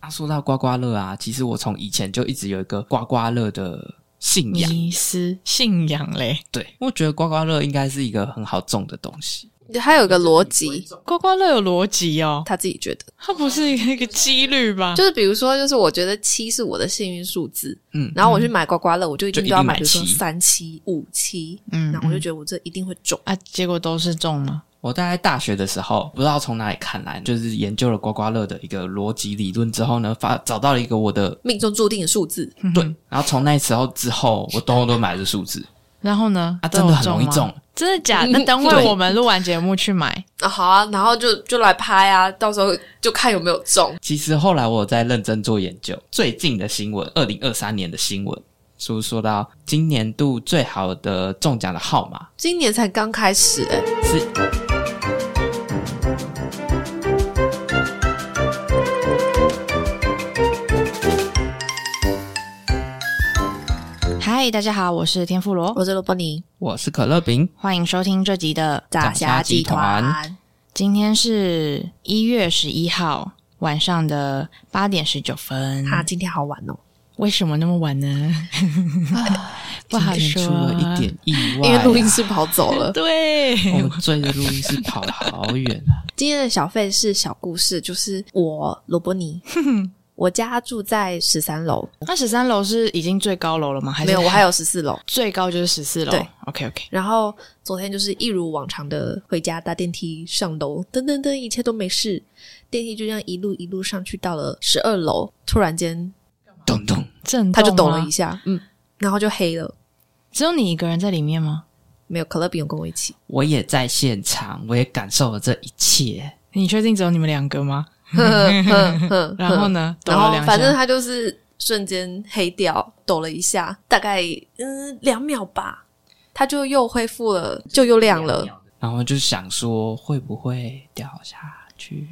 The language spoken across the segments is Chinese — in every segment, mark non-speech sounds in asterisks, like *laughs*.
啊，说到刮刮乐啊，其实我从以前就一直有一个刮刮乐的信仰，迷失信仰嘞。对，我觉得刮刮乐应该是一个很好中的东西。它有个逻辑，刮刮乐有逻辑哦，他自己觉得，嗯它不是一个几率吧？就是比如说，就是我觉得七是我的幸运数字，嗯，然后我去买刮刮乐，我就一就定一都要定买，买比如说七三七、五七，嗯然后我就觉得我这一定会中。啊，结果都是中了。我大概大学的时候，不知道从哪里看来，就是研究了刮刮乐的一个逻辑理论之后呢，发找到了一个我的命中注定的数字，对，然后从那时候之后，我都都买这数字然后呢？啊，真的很都有容易吗中。，嗯真的假的？那等会对我们录完节目去买。啊好啊，然后就就来拍啊，到时候就看有没有中。其实后来我有在认真做研究，最近的新闻，二零二三年的新闻，说说到今年度最好的中奖的号码今年才刚开始、欸，是嗨，大家好，我是天妇罗，我是罗伯尼，我是可乐饼，欢迎收听这集的。大侠集团今天是一月十一号晚上的八点十九分。啊，嗯今天好玩哦，为什么那么晚呢？ *laughs* 不好啊今天说，啊出了一点哦意外、啊，因为录音师跑走 *laughs* 了。对，我们追着录音室跑了好远 *laughs* 啊！今天的小费是小故事，就是我罗 *laughs* 伯尼，我家住在十三楼，那十三楼是已经最高楼了吗？还是没有，我还有十四楼。最高就是十四楼？对，OK OK。然后昨天就是一如往常的回家搭电梯上楼，噔噔噔，一切都没事。电梯就这样一路一路上去，到了十二楼，突然间咚咚，震动他就抖了吗一下，嗯，然后就黑了。只有你一个人在里面吗？没有，可乐饼有跟我一起，我也在现场，我也感受了这一切。你确定只有你们两个吗？哼哼哼然后呢？抖嗯然了后两下反正他就是瞬间黑掉，抖了一下，大概嗯两秒吧，他就又恢复了，就又亮了。然后就想说，会不会掉下去？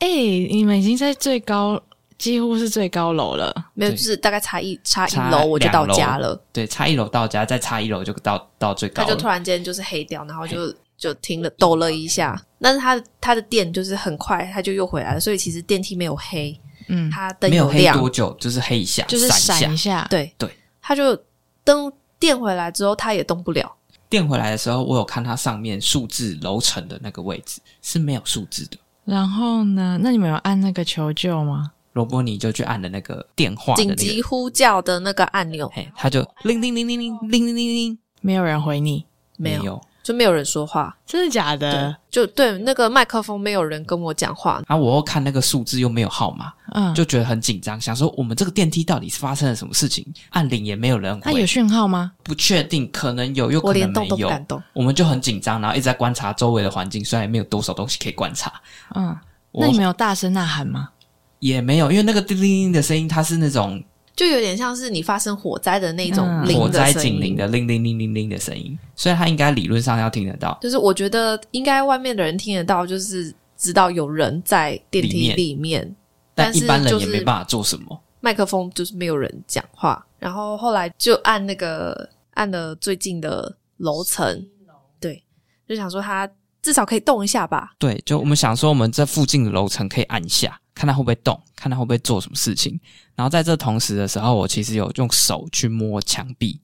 哎、你们已经在最高，几乎是最高楼了。没有，对就是大概差一差差一楼我就到家两了，对，差一楼到家，再差一楼就到到最他高就突了。然间就是黑掉，然后就就停了，抖了一下。但是他的他的电就是很快，他就又回来了，所以其实电梯没有黑，嗯，他灯没有黑亮，多久，就是黑一下，就是闪闪一一下。下。对对，他就灯电回来之后，他也动不了。电回来的时候，我有看它上面数字楼层的那个位置是没有数字的。然后呢？那你们有按那个求救吗？罗伯尼就去按了那个电话的紧那急个，呼叫的那个按钮嘿，他就铃铃铃铃铃铃铃铃铃，没有人回你，没有，有。就没有人说话。真的假的？就对那个麦克风没有人跟我讲话，啊，我又看那个数字又没有号码，嗯，就觉得很紧张，想说我们这个电梯到底是发生了什么事情？按铃也没有人那有回，讯号吗？不确定，可能有，又啊我可连能动没都不有。敢动。我们就很紧张，然后一直在观察周围的环境，虽然没有多少东西可以观察，嗯，我那你们有大声呐喊吗？也没有，因为那个叮铃铃的声音，它是那种就有点像是你发生火灾的那种嗯铃火的灾声音警铃的铃铃铃铃铃的声音，所以它应该理论上要听得到。就是我觉得应该外面的人听得到，就是知道有人在电里梯面里面，但但一是般人就是也没办法做什么。麦克风就是没有人讲话，然后后来就按那个按了最近的楼层，对，就想说他至少可以动一下吧。对，就我们想说，我们这附近的楼层可以按一下，看它会不会动，看它会不会做什么事情。然后在这同时的时候，我其实有用手去摸墙壁，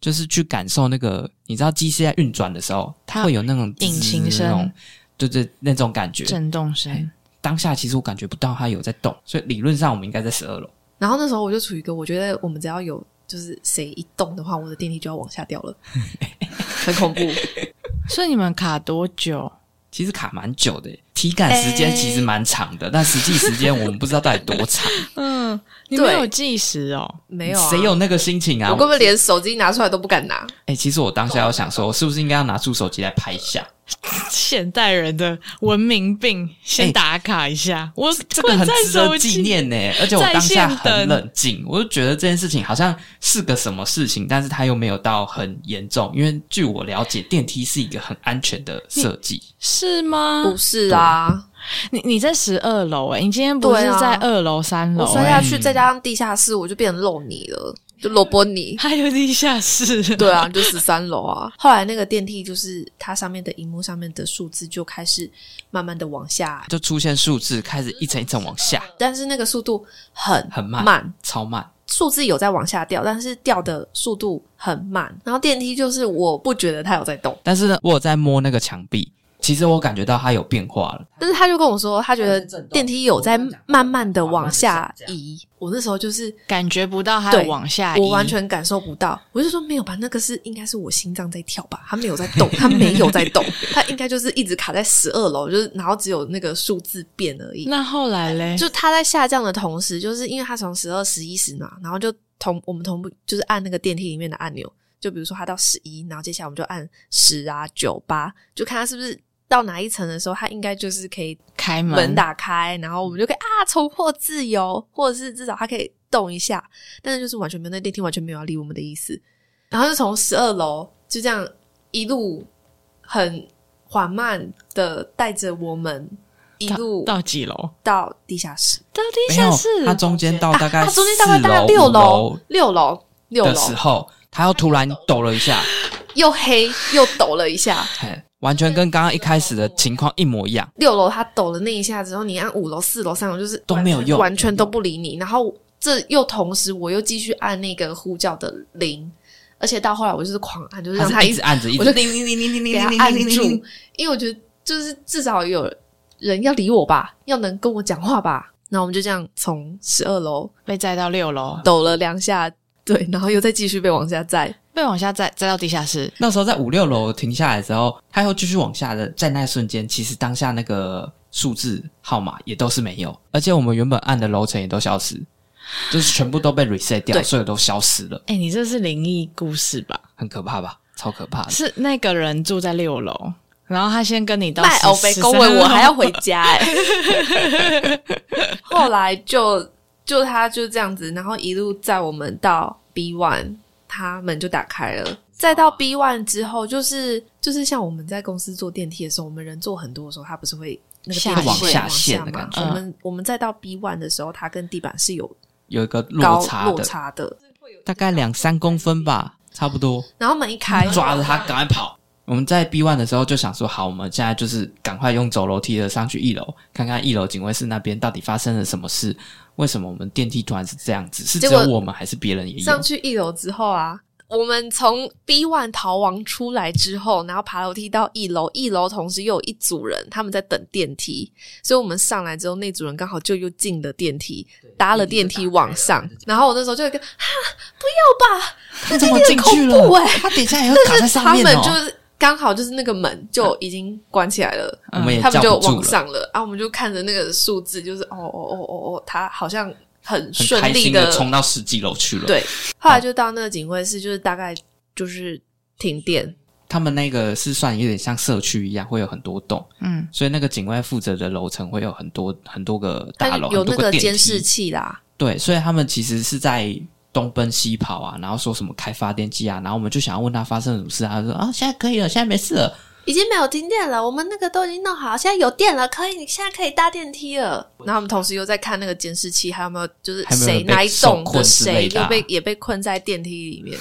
就是去感受那个，你知道机器在运转的时候，它会有那种引擎滋滋声那种对对，那种感觉。震动声，当下其实我感觉不到它有在动，所以理论上我们应该在十二楼。然后那时候我就处于一个，我觉得我们只要有就是谁一动的话，我的电梯就要往下掉了，很恐怖。所以你们卡多久？其实卡蛮久的耶，欸体感时间其哎实蛮长的，但实际时间我们不知道到底多长。嗯，你对们有计时哦？ *laughs* 没有、啊，谁有那个心情啊？我根本连手机拿出来都不敢拿。哎、其实我当下有想说，我是不是应该要拿出手机来拍一下？现代人的文明病，先哎打卡一下。我这个很在值得手纪机念呢、而且我在当下线很等冷静，我就觉得这件事情好像是个什么事情，但是它又没有到很严重，因为据我了解，电梯是一个很安全的设计。嗯是吗？不是啊，你你在十二楼哎，你今天不对是啊在二楼、三楼我摔哎。下去，再加上地下室，我就变成肉泥了。就萝卜泥还有地下室， *laughs* 对啊，就十三楼啊。后来那个电梯就是它上面的荧幕上面的数字就开始慢慢的往下，就出现数字，开始一层一层往下，但是那个速度很很慢慢超慢。数字有在往下掉，但是掉的速度很慢。然后电梯就是我不觉得它有在动，但是呢，我有在摸那个墙壁，其实我感觉到它有变化了。但是他就跟我说，他觉得电梯有在慢慢的往下这样移。我那时候就是感觉不到它对往下移，我完全感受不到，我就说没有吧，那个是应该是我心脏在跳吧，它没有在动，它没有在 *laughs* 动，它应该就是一直卡在十二楼，就是然后只有那个数字变而已。那后来嘞，就它在下降的同时，就是因为它从十二、十一、十嘛，然后就同我们同步就是按那个电梯里面的按钮，就比如说它到十一，然后接下来我们就按十啊、九八，就看它是不是到哪一层的时候，它应该就是可以开门门打开，然后我们就可以啊重获自由，或者是至少它可以动一下，但是就是完全没有那电梯完全没有要理我们的意思，然后就从十二楼就这样一路很缓慢的带着我们一到路到几楼？到地下室，到地没有下室，，它中间到大概啊它中间大哎四概大概五六楼啊六楼六的楼时候，它又突然抖了一下，又黑又抖了一下，嘿，完全跟刚刚一开始的情况一模一样。六楼它抖了那一下之后，你按五楼、四楼、三楼就是都没有用完全都不理你。然后这又同时我又继续按那个呼叫的铃，而且到后来我就是狂按，就是它让它是一一直直按着，一我就直叮叮叮叮叮给它叮按叮住叮，因为我觉得就是至少有人要理我吧，要能跟我讲话吧。然后我们就这样从十二楼被载到六楼，抖了两下，对，然后又再继续被往下载。被往下载，载到地下室，那时候在五六楼停下来之后，它又继续往下的，在那瞬间，其实当下那个数字号码也都是没有，而且我们原本按的楼层也都消失，就是全部都被 reset 掉，对所有都消失了，哎、你这是灵异故事吧？很可怕吧？超可怕的。是那个人住在六楼，然后他先跟你到卖欧北北恭维我还要回家 *laughs* 哎、后来就就他就这样子，然后一路载我们到 B one，他门就打开了。再哦到 B one 之后，就是就是像我们在公司坐电梯的时候，我们人坐很多的时候，它不是会那个下电梯往会下往陷下的嘛感？嗯觉我们我们再到 B one 的时候，它跟地板是有有一个高落差落的，差的。大概两三公分吧，差不多。然后门一开，嗯抓着他赶快跑。我们在 B one 的时候就想说，好，我们现在就是赶快用走楼梯的上去一楼，看看一楼警卫室那边到底发生了什么事，为什么我们电梯突然是这样子？是只结有果我们还是别人也有上？去一楼之后啊，我们从 B one 逃亡出来之后，然后爬楼梯到一楼，一楼同时又有一组人他们在等电梯，所以我们上来之后，那组人刚好就又进了电梯，搭了电梯往上，然后我那时候就有一个哈，不要吧，他怎么进去有点恐怖了？欸他底下也要卡但在是上他面们就哦。是刚好就是那个门就已经关起来了。我嗯们也他们哎叫就不住往了，上了，啊，我们就看着那个数字，就是哦哦哦哦哦，他好像很很顺开利心的的冲到十几楼去了。，对，后来就到那个警卫室，就是大概就是停电，他们那个是算有点像社区一样，会有很多栋，嗯，所以那个警卫负责的楼层会有很多很多个它大就楼，有很那多个个电监梯视器啦。对，所以他们其实是在东奔西跑啊，然后说什么开发电机啊，然后我们就想要问他发生了什么事啊，他说啊现在可以了，现在没事了。已经没有停电了，我们那个都已经弄好，现在有电了，可以，你现在可以搭电梯了。然后我们同时又在看那个监视器，还有没有就是还有没有谁人被哪一栋受的困之谁类的又啊被也被困在电梯里面。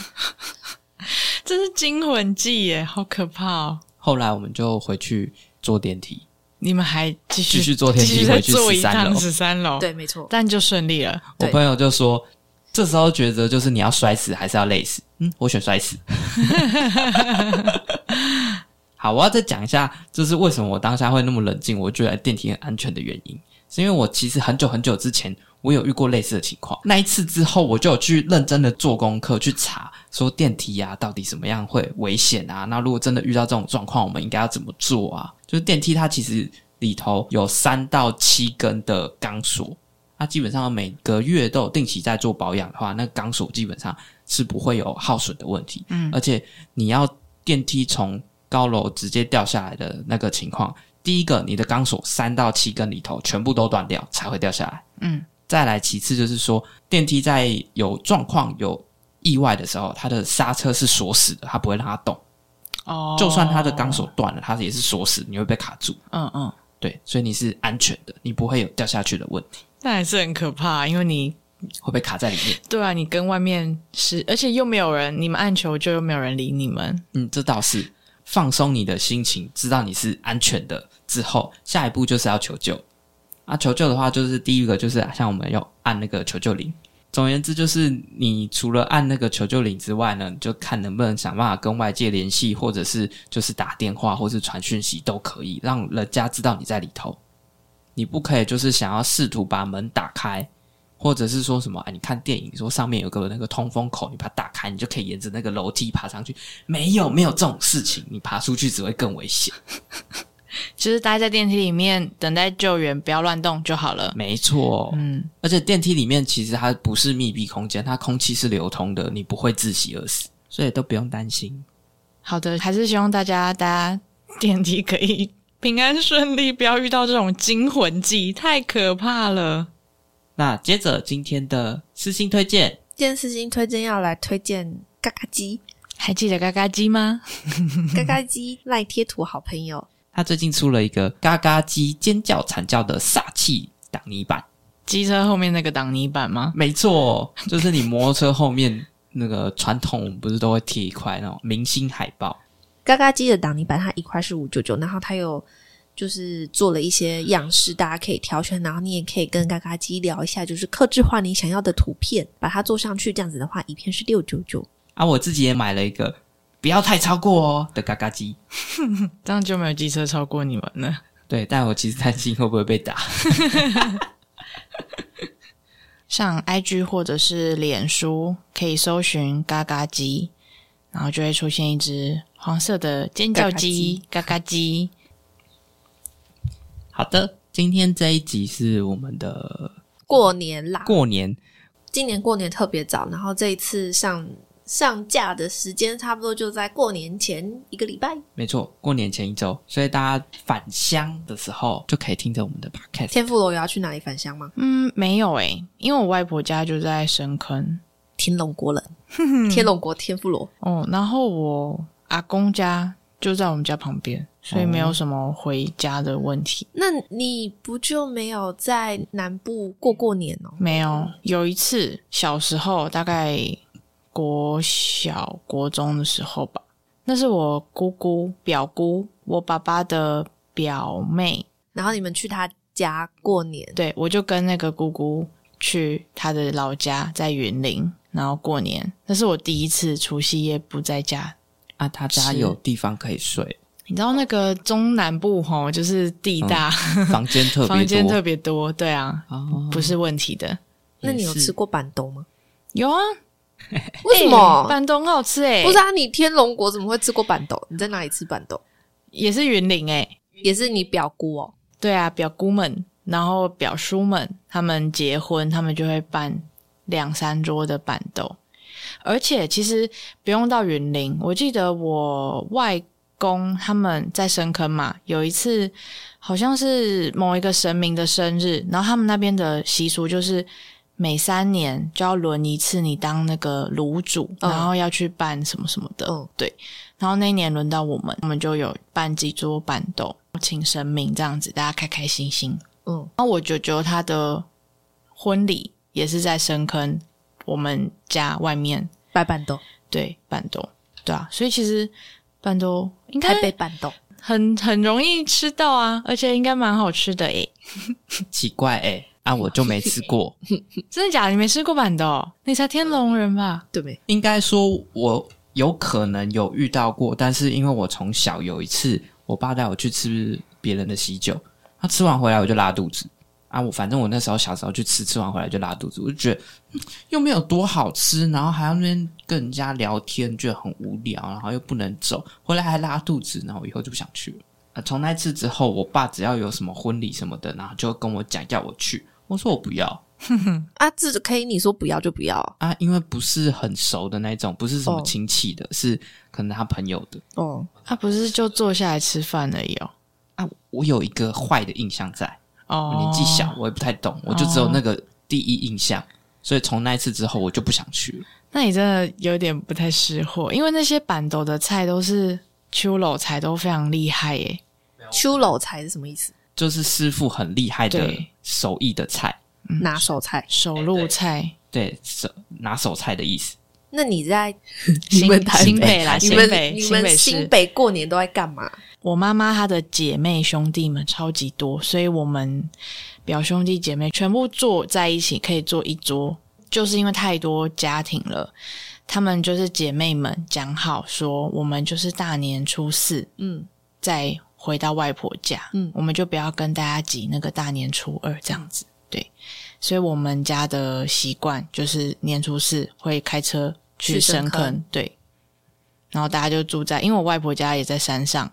这是惊魂记耶，好可怕哦！后来我们就回去坐电梯，你们还继续继续坐电梯继续再回去坐一13趟楼十三哦楼，，对，没错，但就顺利了。我对朋友就说，这时候抉择就是你要摔死还是要累死？嗯，我选摔死。 *laughs* 好，我要再讲一下，就是为什么我当下会那么冷静，我觉得电梯很安全的原因，是因为我其实很久很久之前我有遇过类似的情况。那一次之后，我就有去认真的做功课，去查说电梯啊到底怎么样会危险啊？那如果真的遇到这种状况，我们应该要怎么做啊？就是电梯它其实里头有三到七根的钢索，它基本上每个月都有定期在做保养的话，那钢索基本上是不会有耗损的问题。嗯，而且你要电梯从高楼直接掉下来的那个情况，第一个你的钢索三到七根里头全部都断掉才会掉下来。嗯，再来其次就是说，电梯在有状况有意外的时候，它的刹车是锁死的，它不会让它动。哦，就算它的钢，索断了，它也是锁死，你会被卡住。嗯嗯，对，所以你是安全的，你不会有掉下去的问题。但还是很可怕，因为你会被卡在里面。对啊，你跟外面是，而且又没有人，你们按球就又没有人理你们。嗯，这倒是放松你的心情，知道你是安全的之后，下一步就是要求救。啊，求救的话，就是第一个就是像我们要按那个求救铃。总而言之，就是你除了按那个求救铃之外呢，你就看能不能想办法跟外界联系，或者是就是打电话，或是传讯息都可以，让人家知道你在里头。你不可以就是想要试图把门打开，或者是说什么？哎，你看电影说上面有个那个通风口，你把它打开，你就可以沿着那个楼梯爬上去。没有，没有这种事情，你爬出去只会更危险。就是待在电梯里面等待救援，不要乱动就好了。没错，嗯，而且电梯里面其实它不是密闭空间，它空气是流通的，你不会窒息而死，所以都不用担心。好的，还是希望大家搭电梯可以平安顺利，不要遇到这种惊魂记，太可怕了。那接着今天的私信推荐，这件事情推荐要来推荐嘎 *laughs* 嘎鸡，还记得嘎嘎鸡吗？嘎嘎鸡赖贴图好朋友，他最近出了一个嘎嘎鸡尖叫惨叫的煞气挡泥板。机车后面那个挡泥板吗？没错，就是你摩托车后面那个传统，我们不是都会贴一块那种明星海报？嘎嘎鸡的挡泥板它一块是五九九，然后它有就是做了一些样式，大家可以挑选，然后你也可以跟嘎嘎鸡聊一下，就是克制化你想要的图片，把它做上去，这样子的话一片是六九九。啊，我自己也买了一个，不要太超过哦的嘎嘎鸡。这样就没有机车超过你们了。对，但我其实担心会不会被打。上 IG 或者是脸书可以搜寻嘎嘎鸡，然后就会出现一只黄色的尖叫鸡，嘎嘎鸡。好的，今天这一集是我们的过年啦，过年，今年过年特别早，然后这一次上上架的时间差不多就在过年前一个礼拜，没错，过年前一周，所以大家返乡的时候就可以听着我们的 podcast。天妇罗有要去哪里返乡吗？嗯，没有诶、因为我外婆家就在深坑天龙国人，天龙国天妇罗，哦，然后我阿公家就在我们家旁边，所以没哦有什么回家的问题。那你不就没有在南部过过年哦？没有，有一次小时候，大概国小、国中的时候吧，那是我姑姑、表姑，我爸爸的表妹，然后你们去他家过年，对我就跟那个姑姑去她的老家，在云林，然后过年，那是我第一次除夕夜不在家。啊，他家有地方可以睡，你知道那个中南部吼，就是地大，房间嗯特别多。 *laughs* 房间特别多，对啊，嗯哦，不是问题的。那你有也是吃过板豆吗？有啊， *laughs* 为什么？板豆很好吃欸诶、不是啊，你天龙国怎么会吃过板豆？你在哪里吃板豆？也是云林诶、也是你表姑哦。对啊，表姑们，然后表叔们，他们结婚，他们就会办两三桌的板豆，而且其实不用到云林，我记得我外公他们在深坑嘛，有一次好像是某一个神明的生日，然后他们那边的习俗就是。每三年就要轮一次你当那个炉主，嗯然后要去办什么什么的，嗯对。然后那一年轮到我们，我们就有办几桌板豆，请神明这样子，大家开开心心。嗯，然后我舅舅他的婚礼也是在深坑我们家外面，白板豆，对板豆，对啊，所以其实板豆应该台北板豆。很很容易吃到啊，而且应该蛮好吃的诶。奇怪哎、啊，我就没吃过。真的假的？你没吃过板豆哦？你才天龙人吧？对没？应该说，我有可能有遇到过，但是因为我从小有一次，我爸带我去吃别人的喜酒，他吃完回来我就拉肚子啊！我反正我那时候小时候去吃，吃完回来就拉肚子，我就觉得、嗯又没有多好吃，然后还要那边跟人家聊天，觉得很无聊，然后又不能走，回来还拉肚子，然后我以后就不想去了。啊，从那次之后，我爸只要有什么婚礼什么的，然后就跟我讲要我去，我说我不要。啊，这可以，你说不要就不要啊，因为不是很熟的那种，不是什么哦亲戚的，是可能他朋友的哦。他、啊不是就坐下来吃饭而已哦。啊。我有一个坏的印象在，哦我，年纪小，，我也不太懂，我就只有那个第一印象，所以从那一次之后，我就不想去了。那你真的有点不太识货，因为那些板豆的菜都是秋老菜，都非常厉害耶。秋老菜是什么意思？就是师傅很厉害的对手艺的菜，拿手菜。手哎路菜，对手拿手菜的意思。 *laughs* 那你 *laughs* 在新你们台新北啦，你新们北，你新们北新市。北过年都在干嘛？我妈妈她的姐妹兄弟们超级多，所以我们表兄弟姐妹全部坐在一起，可以坐一桌。就是因为太多家庭了，他们就是姐妹们讲好说，我们就是大年初四嗯，再回到外婆家，嗯嗯，我们就不要跟大家挤那个大年初二这样子，对。所以我们家的习惯就是年初四会开车去去深深坑，坑对。然后大家就住在，因为我外婆家也在山上，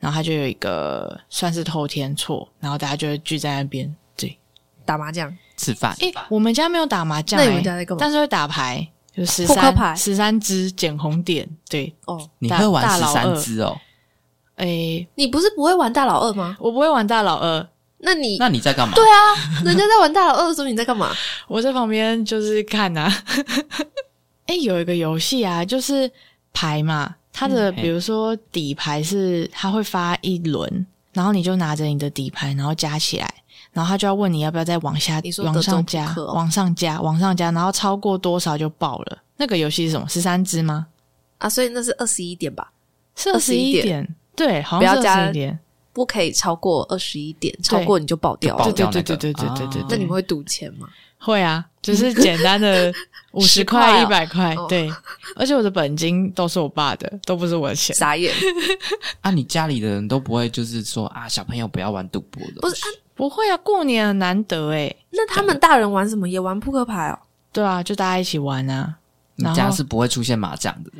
然后她就有一个算是透天厝，然后大家就会聚在那边。对，打麻将。吃饭，诶，我们家没有打麻将、那欸，你们家在干嘛但是会打牌，就十扑克三牌十三支捡红点。对，哦，你大会玩大十老三二只哦？诶，你不是不会玩大老二吗？我不会玩大老二，那你那你在干嘛？对啊， *laughs* 人家在玩大老二的时候你在干嘛？我在旁边就是看呐、啊。 *laughs* 哎、有一个游戏啊，就是牌嘛，它的嗯嘿比如说底牌是它会发一轮，然后你就拿着你的底牌，然后加起来，然后他就要问你要不要再往下你、说德往州上扑加、克哦往上加、往上加，然后超过多少就爆了。那个游戏是什么？十三只吗？啊，所以那是二十一点吧，是二十一21点，对，好不要像是加二十一点。不可以超过二十一点，超对过你就爆掉就爆了对。掉对对对对那对个对啊对那对，你们会赌钱吗？会啊，就是简单的五十块、 10一百块哦，对。而且我的本金都是我爸的，都不是我的钱。傻眼，啊，你家里的人都不会就是说啊，小朋友不要玩赌博的东西，不是啊？不会啊，过年很难得哎。那他们大人玩什么？也玩扑克牌哦。对啊，就大家一起玩啊。你然家后是不会出现麻将的，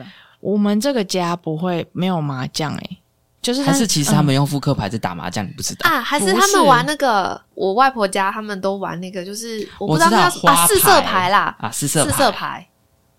我们这个家不会没有麻将哎，就是还是其实他嗯们用副科牌在打麻将，你不知道？啊，还是不他们是玩那个？我外婆家他们都玩那个，就是我不我知道知道那叫什么花啊，四色牌牌啦，啊，四色四牌，色牌，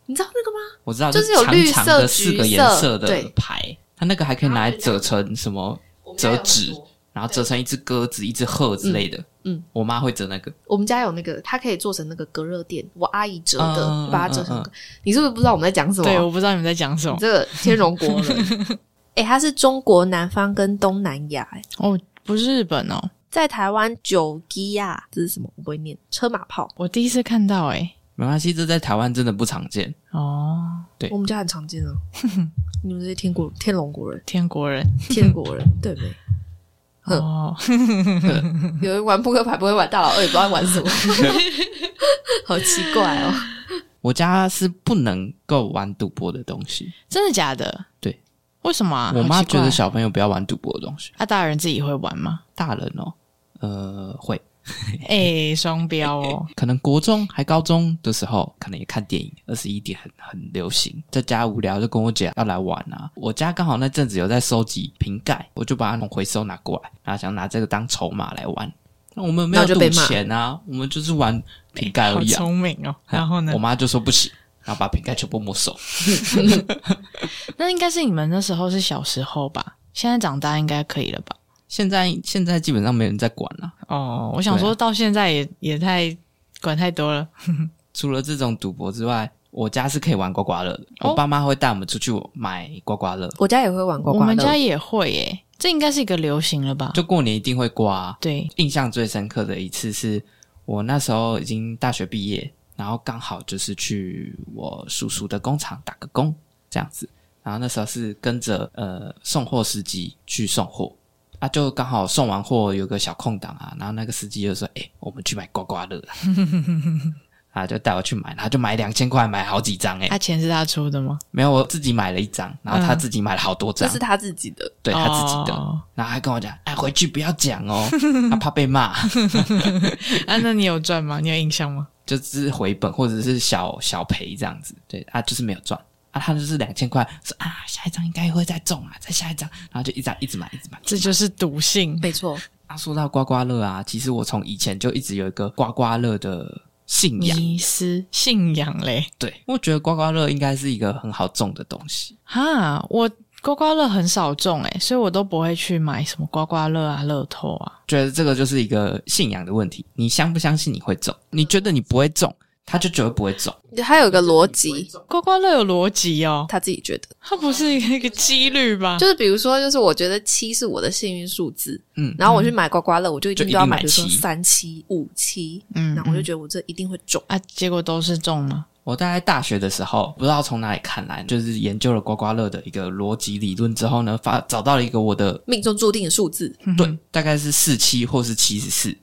你知道那个吗？我知道，就是是有绿长色长的四个橘颜色色的对啊牌，它那个还可以拿来折成什么折纸，然后折成一只鸽子、一只鹤之类的。嗯，我妈会折那个，我们家有那个，它可以做成那个隔热垫，我阿姨折的，嗯把它折成嗯嗯隔。你是不是不知道我们在讲什么？对，我不知道你们在讲什么你。这个天龙国人， *laughs* 哎、它是中国南方跟东南亚、哎诶哦，不是日本哦，在台湾九基亚这是什么？我不会念，车马炮，我第一次看到哎。没关系，这在台湾真的不常见。哦，对我们家很常 *laughs* 见啊。你们这些天国天龙国 *laughs* 人，天国人天国人对 *laughs* 没？呵哦，有人玩扑克牌不会玩大老二，也不知道玩 *laughs* 什么，好奇怪哦。我家是不能够玩赌博的东西，真的假的？对，为什么啊？我妈好奇觉怪得小朋友不要玩赌博的东西，啊，大人自己会玩吗？大人哦，呃，会哎，双标哦，可能国中还高中的时候，可能也看电影，二十一点很很流行，在家无聊就跟我姐要来玩啊。我家刚好那阵子有在收集瓶盖，我就把它弄回收拿过来，然后想拿这个当筹码来玩。那我们没有那就赌被骂钱啊，我们就是玩瓶盖而好已啊。聪明哦。然后呢我？妈就说不行，然后把瓶盖全部没收。那应该是你们那时候是小时候吧？现在长大应该可以了吧？现在现在基本上没人在管了、哦，我想对说啊到现在也也太管太多了。除了这种赌博之外，我家是可以玩刮刮乐的。哦我爸妈会带我们出去买刮刮乐，我家也会玩刮我刮们家乐，也会耶，这应该是一个流行了吧？就过年一定会刮啊、对，印象最深刻的一次是我那时候已经大学毕业，然后刚好就是去我叔叔的工厂打个工这样子，然后那时候是跟着呃送货司机去送货。啊，就刚好送完货有个小空档啊，然后那个司机就说：“哎、我们去买刮刮乐 *laughs* 啦。”啊，就带我去买，然后就买两千块，买好几张哎、他钱是他出的吗？没有，我自己买了一张，然后他嗯自己买了好多这张，是他自己的。对他自己的，哦然后还跟我讲：“哎，回去不要讲哦，他怕被骂。”啊，那你有赚吗？你有印象吗？就只是回本或者是小小赔这样子，对啊，就是没有赚啊，他就是两千块，说啊下一张应该会再中啊，再下一张，然后就一张一直买一直买。这就是赌性。没错，啊，说到刮刮乐啊，其实我从以前就一直有一个刮刮乐的信仰，迷失信仰嘞，对我觉得刮刮乐应该是一个很好中的东西，哈，我刮刮乐很少中哎，所以我都不会去买什么刮刮乐啊、乐透啊。觉得这个就是一个信仰的问题，你相不相信你会中？你觉得你不会中，他就绝对不会走。它有个逻辑，刮刮乐有逻辑哦，他自己觉得，它不是一个几率吧？就是比如说，就是我觉得七是我的幸运数字，嗯，然后我去买刮刮乐，我就一就定一都要定买，买比如说七三七五七，嗯然后我就觉得我这一定会中。啊，结果都是中吗？我大概大学的时候，不知道从哪里看来，就是研究了刮刮乐的一个逻辑理论之后呢，发找到了一个我的命中注定的数字，对，大概是四七或是七十四。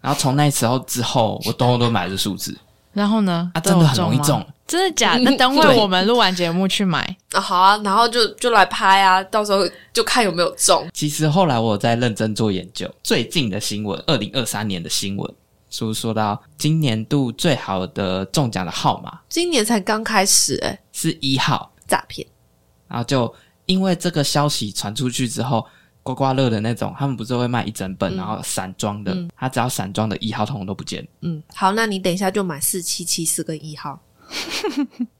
然后从那时候之后，我都都买这数字，然后呢？啊，都真有的很容易吗中。真的假的？嗯那等会对我们录完节目去买。啊，好啊，然后就就来拍啊，到时候就看有没有中。其实后来我有在认真做研究，最近的新闻，二零二三年的新闻，说说到今年度最好的中奖的号码今年才刚开始、欸，是一号，诈骗，然后就因为这个消息传出去之后，刮刮乐的那种，他们不是会卖一整本，嗯然后散装的，嗯他只要散装的一号通通都不见了。嗯，好，那你等一下就买四七七四跟一号，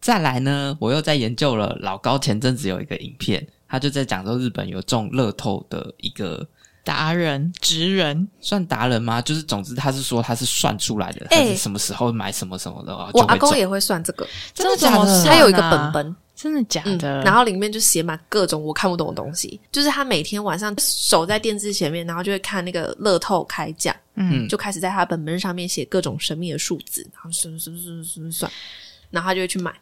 再来呢，我又在研究了老高前阵子有一个影片，他就在讲说日本有中乐透的一个达人、职人，算达人吗？就是总之他是说他是算出来的，他哎是什么时候买什么什么的，然后我就阿会公中。嗯也会算这个，真的这怎么假的算他有一个啊本，本，真的假嗯，的？然后里面就写满各种我看不懂的东西，就是他每天晚上守在电视前面，然后就会看那个乐透开奖，嗯嗯就开始在他本本上面写各种神秘的数字，然后算算算算算，然后他就会去买，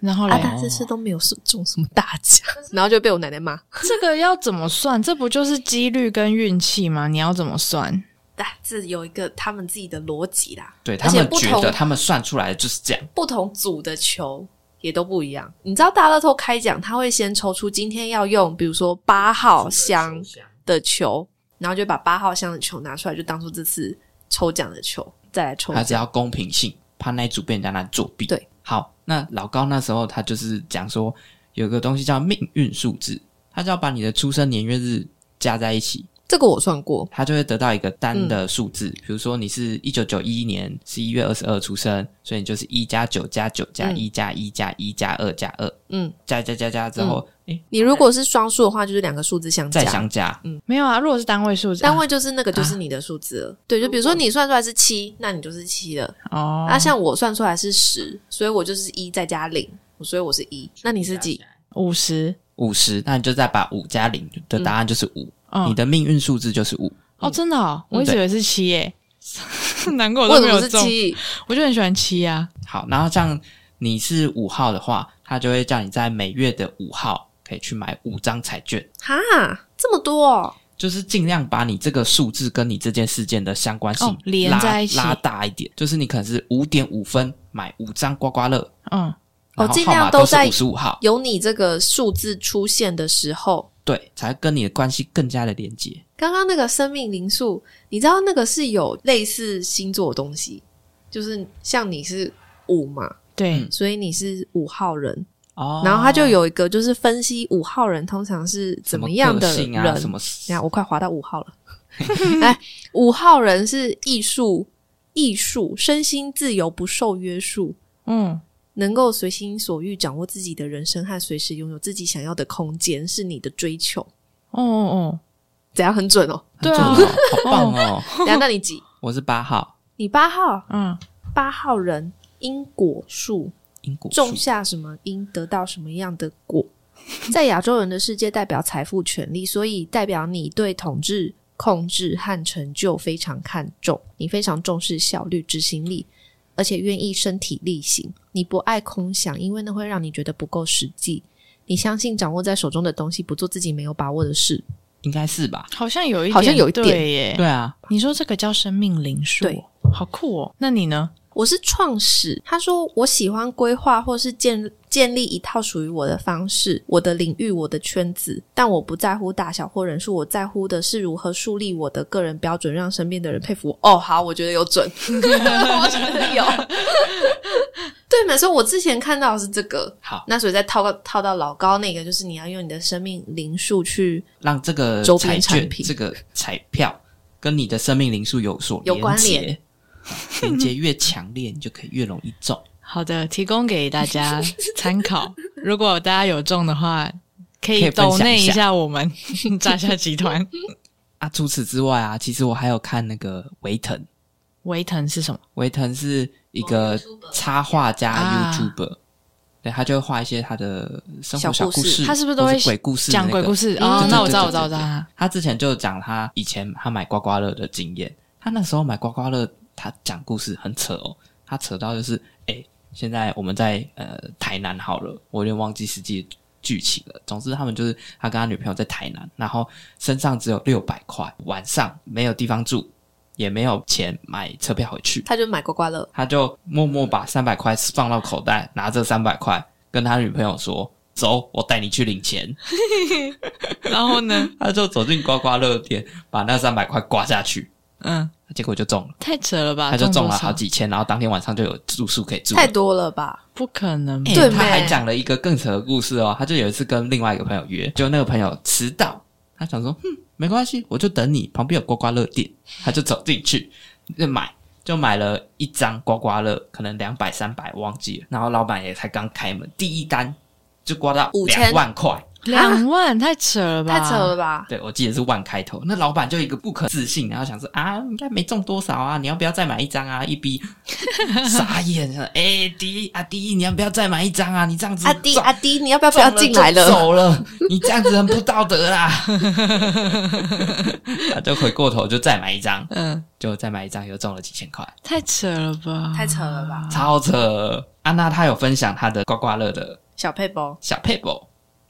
然后哦啊，嘞，他这次都没有中什么大奖，然后就被我奶奶骂，这个要怎么算？这不就是几率跟运气吗？你要怎么算？啊，这有一个他们自己的逻辑啦，对而他且们不觉得同他们算出来的就是这样，不同组的球也都不一样。你知道大乐透开奖，他会先抽出今天要用，比如说八号箱的球，然后就把八号箱的球拿出来，就当做这次抽奖的球，再来抽他只奖。要公平性，怕那一组被人家拿来作弊。对，好，那老高那时候他就是讲说有个东西叫命运数字，他就要把你的出生年月日加在一起，这个我算过，他就会得到一个单嗯的数字，比如说你是一九九一年十一月二十二出生，所以你就是一加九加九加一加一加一加二加二，嗯，加加加加之后，诶，你如果是双数的话，就是两个数字相再加。相加，没有啊，如果是单位数字，单位就是那个，就是你的数字了。对，就比啊如说你算出来是七，那你就是七了。啊哦，那像我算出来是十，所以我就是一再加零，所以我是一。那你是几？五十五十，那你就再把五加零的答案就是五、嗯你的命运数字就是五。哦，真的哦，嗯我一直以为是七耶， *laughs* 难怪我都为什没么有是中，七？我就很喜欢七啊。好，然后像你是五号的话，他就会叫你在每月的五号可以去买五张彩券，哈，这么多、哦，就是尽量把你这个数字跟你这件事件的相关性拉、哦连在一起拉大一点。就是你可能是五点五分买五张刮刮乐，嗯，哦然后尽号量码都是在五十五号，有你这个数字出现的时候，对，才跟你的关系更加的连接。刚刚那个生命灵数，你知道那个是有类似星座的东西，就是像你是五嘛，对嗯，所以你是五号人，哦，然后他就有一个就是分析五号人通常是怎什么样的个人。性啊，什等么一下我快滑到五号了， *laughs* 哎，五号人是艺术，艺术身心自由，不受约束。嗯，能够随心所欲掌握自己的人生和随时拥有自己想要的空间，是你的追求。哦哦怎样很准哦？对好啊重哦好棒哦！ *laughs* 等一下，那你 *laughs* 几？我是八号，你八号哦，，嗯，八号人，因果树英国种树下什么因，得到什么样的果。在亚洲人的世界，代表财富、权利，所以代表你对统治、控制和成就非常看重。你非常重视效率、执行力，而且愿意身体力行。你不爱空想，因为那会让你觉得不够实际。你相信掌握在手中的东西，不做自己没有把握的事。应该是吧？好像有一点，好像有一点对耶。对啊，你说这个叫生命灵数，对，好酷哦。那你呢？我是创始，他说我喜欢规划或是建建立一套属于我的方式、我的领域、我的圈子，但我不在乎大小或人数，我在乎的是如何树立我的个人标准，让身边的人佩服我。哦，好，我觉得有准，我觉得有。 *laughs* 对嘛？所以我之前看到的是这个，好，那所以再套到套到老高那个，就是你要用你的生命灵数去让这个周彩边产券、品这个彩票跟你的生命灵数有所有关结联， *laughs* 连接越强烈，你就可以越容易中。好的，提供给大家 *laughs* 参考。如果大家有中的话，可可以以分抖享内一一下下我们 *laughs* 炸虾集 *laughs* 团。啊，除此之外啊，其实我还有看那个维腾，维腾是什么？维腾是一个 YouTuber 插画家啊 YouTuber，、对他就会画一些他的生活小小故故事事，他是不是都会或鬼故事、那讲个鬼故事嗯哦对，那对我知道，对我知道，我对知道对他他之前就讲他以前他买刮刮乐的经验，他那时候买刮刮乐，他讲故事很扯哦，他扯到就是，哎、现在我们在呃台南好了，我有点忘记实际剧情了。总之，他们就是他跟他女朋友在台南，然后身上只有六百块，晚上没有地方住，也没有钱买车票回去，他就买刮刮乐，他就默默把三百块放到口袋，拿着三百块跟他女朋友说：“走，我带你去领钱。”然后呢，他就走进刮刮乐店，把那三百块刮下去， *laughs* 嗯，结果就中了，太扯了吧？他就中啊多了少好几千，然后当天晚上就有住宿可以住。太多了吧？不可能吧，欸对他没还讲了一个更扯的故事哦，他就有一次跟另外一个朋友约，就那个朋友迟到，他想说，哼，没关系，我就等你，旁边有刮刮乐店，他就走进去就买。就买了一张刮刮乐，可能两百三百忘记了，然后老板也才刚开门，第一单就刮到五千两万块，两啊万太扯了吧？太扯了吧？对，我记得是万开头。那老板就一个不可置信，然后想说啊，应该没中多少啊，你要不要再买一张啊？一逼 *laughs* 傻眼了，哎、第一阿迪，你要不要再买一张啊？你这样子阿迪中阿迪，你要不要不中要进就来了？走了，你这样子很不道德啦。 *laughs* 他就回过头就再买一张，嗯，就再买一张，又中了几千块，太扯了吧？太扯了吧？超扯。安娜她有分享她的刮刮乐的小配包，小 paper，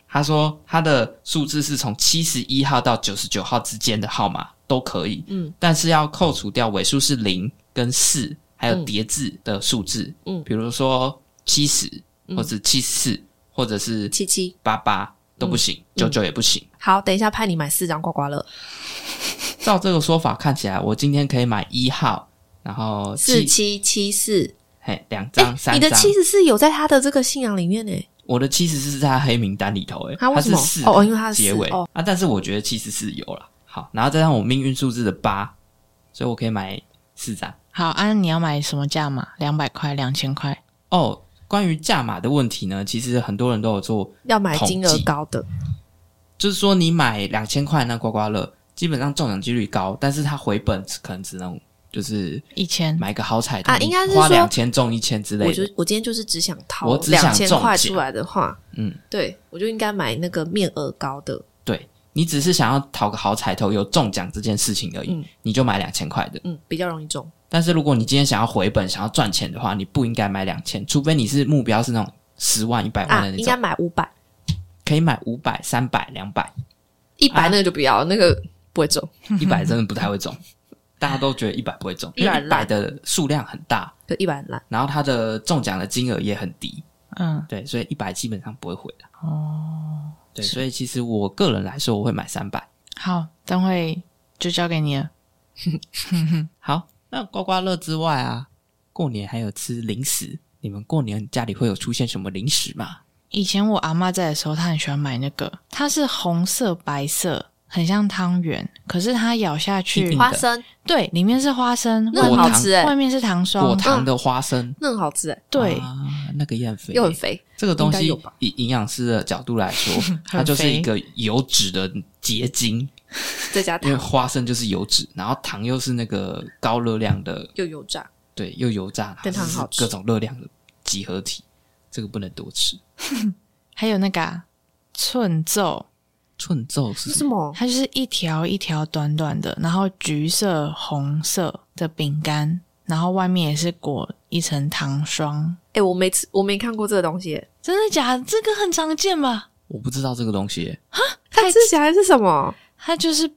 他说他的数字是从七十一号到九十九号之间的号码都可以，嗯，但是要扣除掉尾数是零跟四，还有嗯叠字的数字，嗯比如说七十嗯或者七四或者是七嗯七。八八都不行，九九、也不行。好，等一下派你买四张刮刮乐，照这个说法看起来，我今天可以买一号，然后四，七七四。嘿，两哎张、，三你的张。七十四有在他的这个信仰里面呢。我的七十是在他黑名单里头、欸，啊为它什是么四哦因为它是四结尾、哦啊，但是我觉得七十是有了，好，然后再让我命运数字的八，所以我可以买四张好，安、你要买什么价码？两百块、两千块？哦。关于价码的问题呢，其实很多人都有做，要买金额统计高的，就是说你买两千块那刮刮乐，基本上中奖几率高，但是它回本可能只能就是一千？买个好彩头啊应该是花说两千中一千之类我的。就我今天就是只想掏我只想两千中块奖出来的话，嗯，对我就应该买那个面额高的。对你只是想要讨个好彩头，有中奖这件事情而已，嗯你就买两千块的。嗯，比较容易中。但是如果你今天想要回本、想要赚钱的话，你不应该买两千，除非你是目标是那种十万、一百万啊，的那应种，该买五百，可以买五百、三百、两百、一百那个就不要，那个不会中。一百真的不太会中。大家都觉得一百不会中，因为100一百的数量很大，可一百很烂，然后它的中奖的金额也很低，嗯，对，所以一百基本上不会回的。哦，对，所以其实我个人来说，我会买三百。好，等会就交给你了。好，那刮刮乐之外啊，过年还有吃零食，你们过年家里会有出现什么零食吗？以前我阿妈在的时候，她很喜欢买那个，它是红色白色，很像汤圆，可是它咬下硬去的，花生对，里面是花生，那很果外好面糖吃哎、外面是糖果霜，糖的花生，那很好吃哎、对，啊，那个也很肥，欸又很肥，这个东应该西有吧以营养师的角度来 *laughs* 说，它就是一个油脂的结晶，再加因为糖花生就是油脂，然后糖又是那个高热量的，又油炸，对，又油炸，但它很好就吃是各种热量的集合体，这个不能多吃。还有那个、啊、寸皱，寸皱是是什什么？么？它就是一条一条短短的，然后橘色、红色的饼干，然后外面也是裹一层糖霜。哎、我没吃，我没看过这个东西、欸，真的假的？这个很常见吧？我不知道这个东西耶，它吃起来是什么？它就是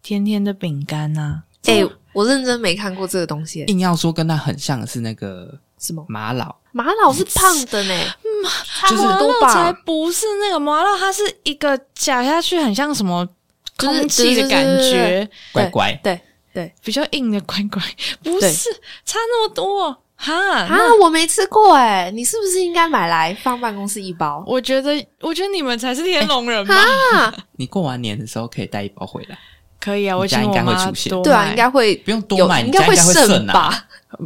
甜甜的饼干啊呐、哎、我认真没看过这个东西、欸，硬要说跟它很像的是那个什么？玛瑙，玛瑙是胖的呢、嗯差就不是麻多辣才吧，不是那个麻辣，它是一个夹下去很像什么就是空气的感对对对觉，乖乖，对比较硬的乖乖，不对是差那么多哈？啊，那我没吃过哎、你是不是应该买来放办公室一包？我觉得，我觉得你们才是天龙人吧？哎你过完年的时候可以带一包回来，可以啊，我你家请应我该会妈出现多对啊，买应该会不用多有买，，你应家该应该会剩剩啊。吧？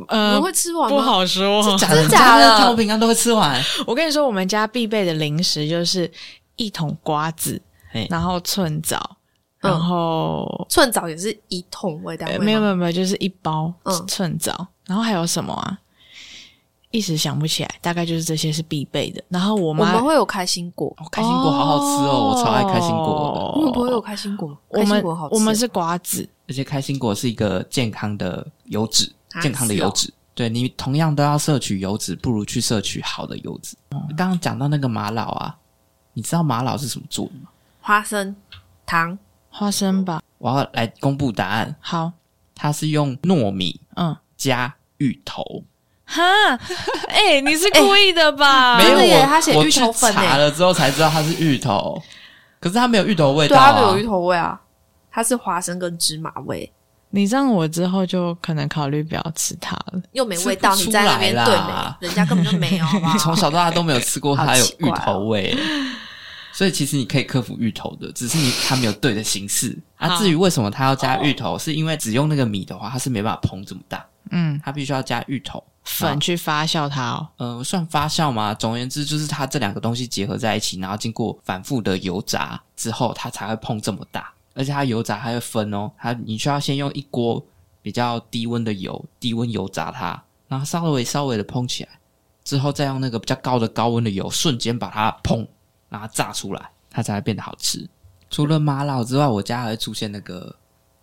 呃我会吃完不吗？好说。假的，真假你的家那个糖果饼干都会吃完，我跟你说，我们家必备的零食就是一桶瓜子嘿，然后寸枣，嗯然后寸枣也是一桶味道、哎呃没有没有没有，就是一包嗯寸枣，然后还有什么啊？一时想不起来，大概就是这些是必备的。然后我我妈们会有开心果，哦，开心果好好吃哦，我超爱开心哦果我们不会有开心果，我开心们果好吃。我们是瓜子，的，而且开心果是一个健康的油脂，啊健康的油脂。对你同样都要摄取油脂，不如去摄取好的油脂。刚刚讲到那个玛瑙啊，你知道玛瑙是什么做的吗？花生糖，花生吧。嗯我要来公布答案，好，它是用糯米嗯，加芋头。哈， *laughs* 哎、你是故意的吧？没真的有啊耶我，它写我芋头去粉耶查了之后才知道它是芋头，可是它没有芋头味对道啊，啊。它没有芋头味啊，它是花生跟芝麻味，你让我之后就可能考虑不要吃它了。又没味道，吃你不在那边出来对啦没？人家根本就没有，好不好？ *laughs* 你 *laughs* 从小到大都没有吃过好它有奇芋怪哦头味，所以其实你可以克服芋头的，只是你它没有对的形式啊。好至于为什么它要加芋头，是因为只用那个米的话，它是没办法膨这么大，嗯，它必须要加芋头。粉去发酵它哦。呃，算发酵吗？总而言之，就是它这两个东西结合在一起，然后经过反复的油炸之后，它才会碰这么大。而且它油炸还会分哦，它你需要先用一锅比较低温的油，低温油炸它，然后稍微稍微的烹起来，之后再用那个比较高的高温的油，瞬间把它砰，然后炸出来，它才会变得好吃。除了麻辣之外，我家还会出现那个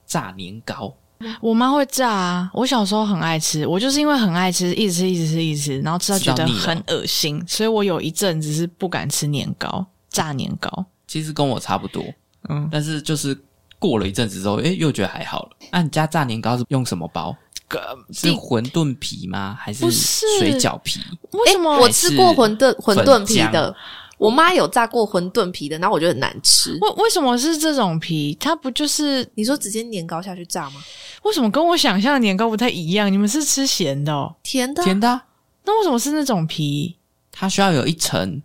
炸年糕，我妈会炸啊！我小时候很爱吃，我就是因为很爱吃，一直吃，一直吃，一直吃，然后吃到觉得吃到很恶心，所以我有一阵子是不敢吃年糕，炸年糕。其实跟我差不多，嗯，但是就是过了一阵子之后，诶，又觉得还好了。那、你家炸年糕是用什么包？是馄饨皮吗？还是不是水饺皮？为什么？我吃过馄饨馄饨皮粉的浆，我妈有炸过馄饨皮的，然后我觉得很难吃。为为什么是这种皮？它不就是你说直接年糕下去炸吗？为什么跟我想象的年糕不太一样？你们是吃咸的、哦，甜的啊，甜的啊，那为什么是那种皮？它需要有一层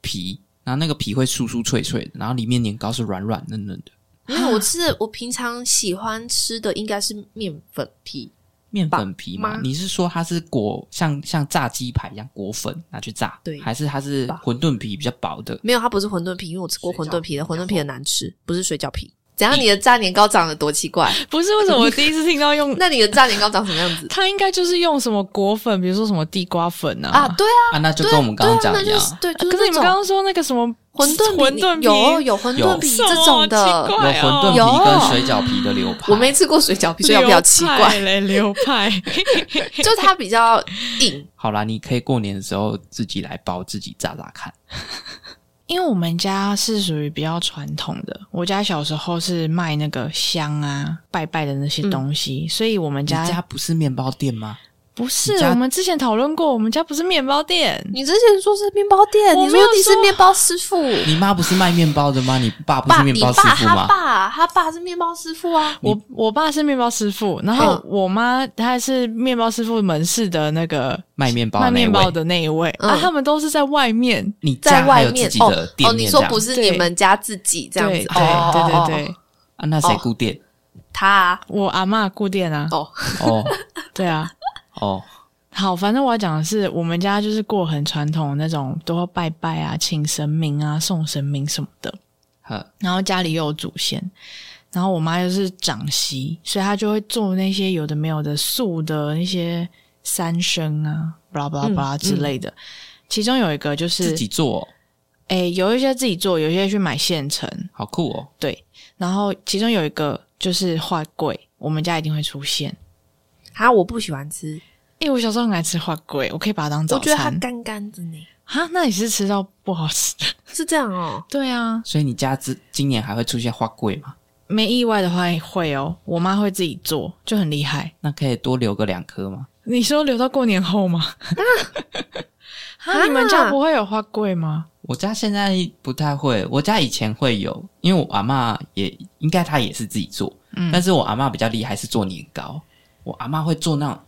皮，然后那个皮会酥酥脆脆的，然后里面年糕是软软嫩嫩的。没有，我吃的我平常喜欢吃的应该是面粉皮，面粉皮嘛吧，吗你是说它是裹像像炸鸡排一样裹粉拿去炸，对还是它是吧馄饨皮比较薄的？没有，它不是馄饨皮，因为我吃过馄饨皮水的，饺皮馄饨皮很难吃，不是水 *laughs* 饺皮。怎样？你的炸年糕长得多奇怪？不是为什么我第一次听到用？那你的炸年糕长什么样子它应该就是用什么果粉，比如说什么地瓜粉啊。啊？对啊，啊，那就对跟我们刚刚对啊讲那的一样就啊，是对，就可是是你们那种刚刚说那个什么馄饨馄饨皮皮有有馄饨有啊皮什么这种的奇，怪有哦馄饨有皮跟水饺皮的流派。我没吃过水饺皮，水饺比较奇流怪派，嘞，流派。 *laughs* 就它比较硬。好啦，你可以过年的时候自己来包，自己炸炸看。因为我们家是属于比较传统的，我家小时候是卖那个香啊、拜拜的那些东西，所以我们你家家不是面包店吗？不是你家我们之前讨论过，我们家不是面包店，你之前说是面包店，我你没有你是说面包师傅，你妈不是卖面包的吗？你爸不爸，是面你包爸师傅他吗？爸他爸是面包师傅啊，我我爸是面包师傅，然后嗯我妈她是面包师傅门市的那个卖面包的卖那一面包位，的那一位，嗯啊，他们都是在外面，你在家还外有自面己哦的哦，店你面说这样不是你对们家自己这样对子对，哦对对哦哦对，啊？那谁哦雇店？他啊我阿嬷顾店啊，哦，哦对啊。哦，好，反正我要讲的是，我们家就是过很传统的那种，都要拜拜啊、请神明啊、送神明什么的。呵，然后家里又有祖先，然后我妈又是长媳，所以她就会做那些有的没有的素的那些三牲啊、巴拉巴拉巴嗯拉之类的。其中有一个就是自己做哦，诶，有一些自己做，有一些去买现成，好酷哦！对。然后其中有一个就是画柜，我们家一定会出现。啊，我不喜欢吃，诶，我小时候很爱吃画柜，我可以把它当我早觉得它餐。干干的呢，哈，那你是吃到不好吃的？是这样哦。对啊，所以你家之今年还会出现花柜吗？没意外的话会哦，我妈会自己做，就很厉害。那可以多留个两颗吗？你说留到过年后吗？ *laughs* 啊，你们家不会有花柜吗？我家现在不太会，我家以前会有，因为我阿嬷也应该她也是自己做，嗯但是我阿嬷比较厉害是做年糕，我阿嬷会做那种，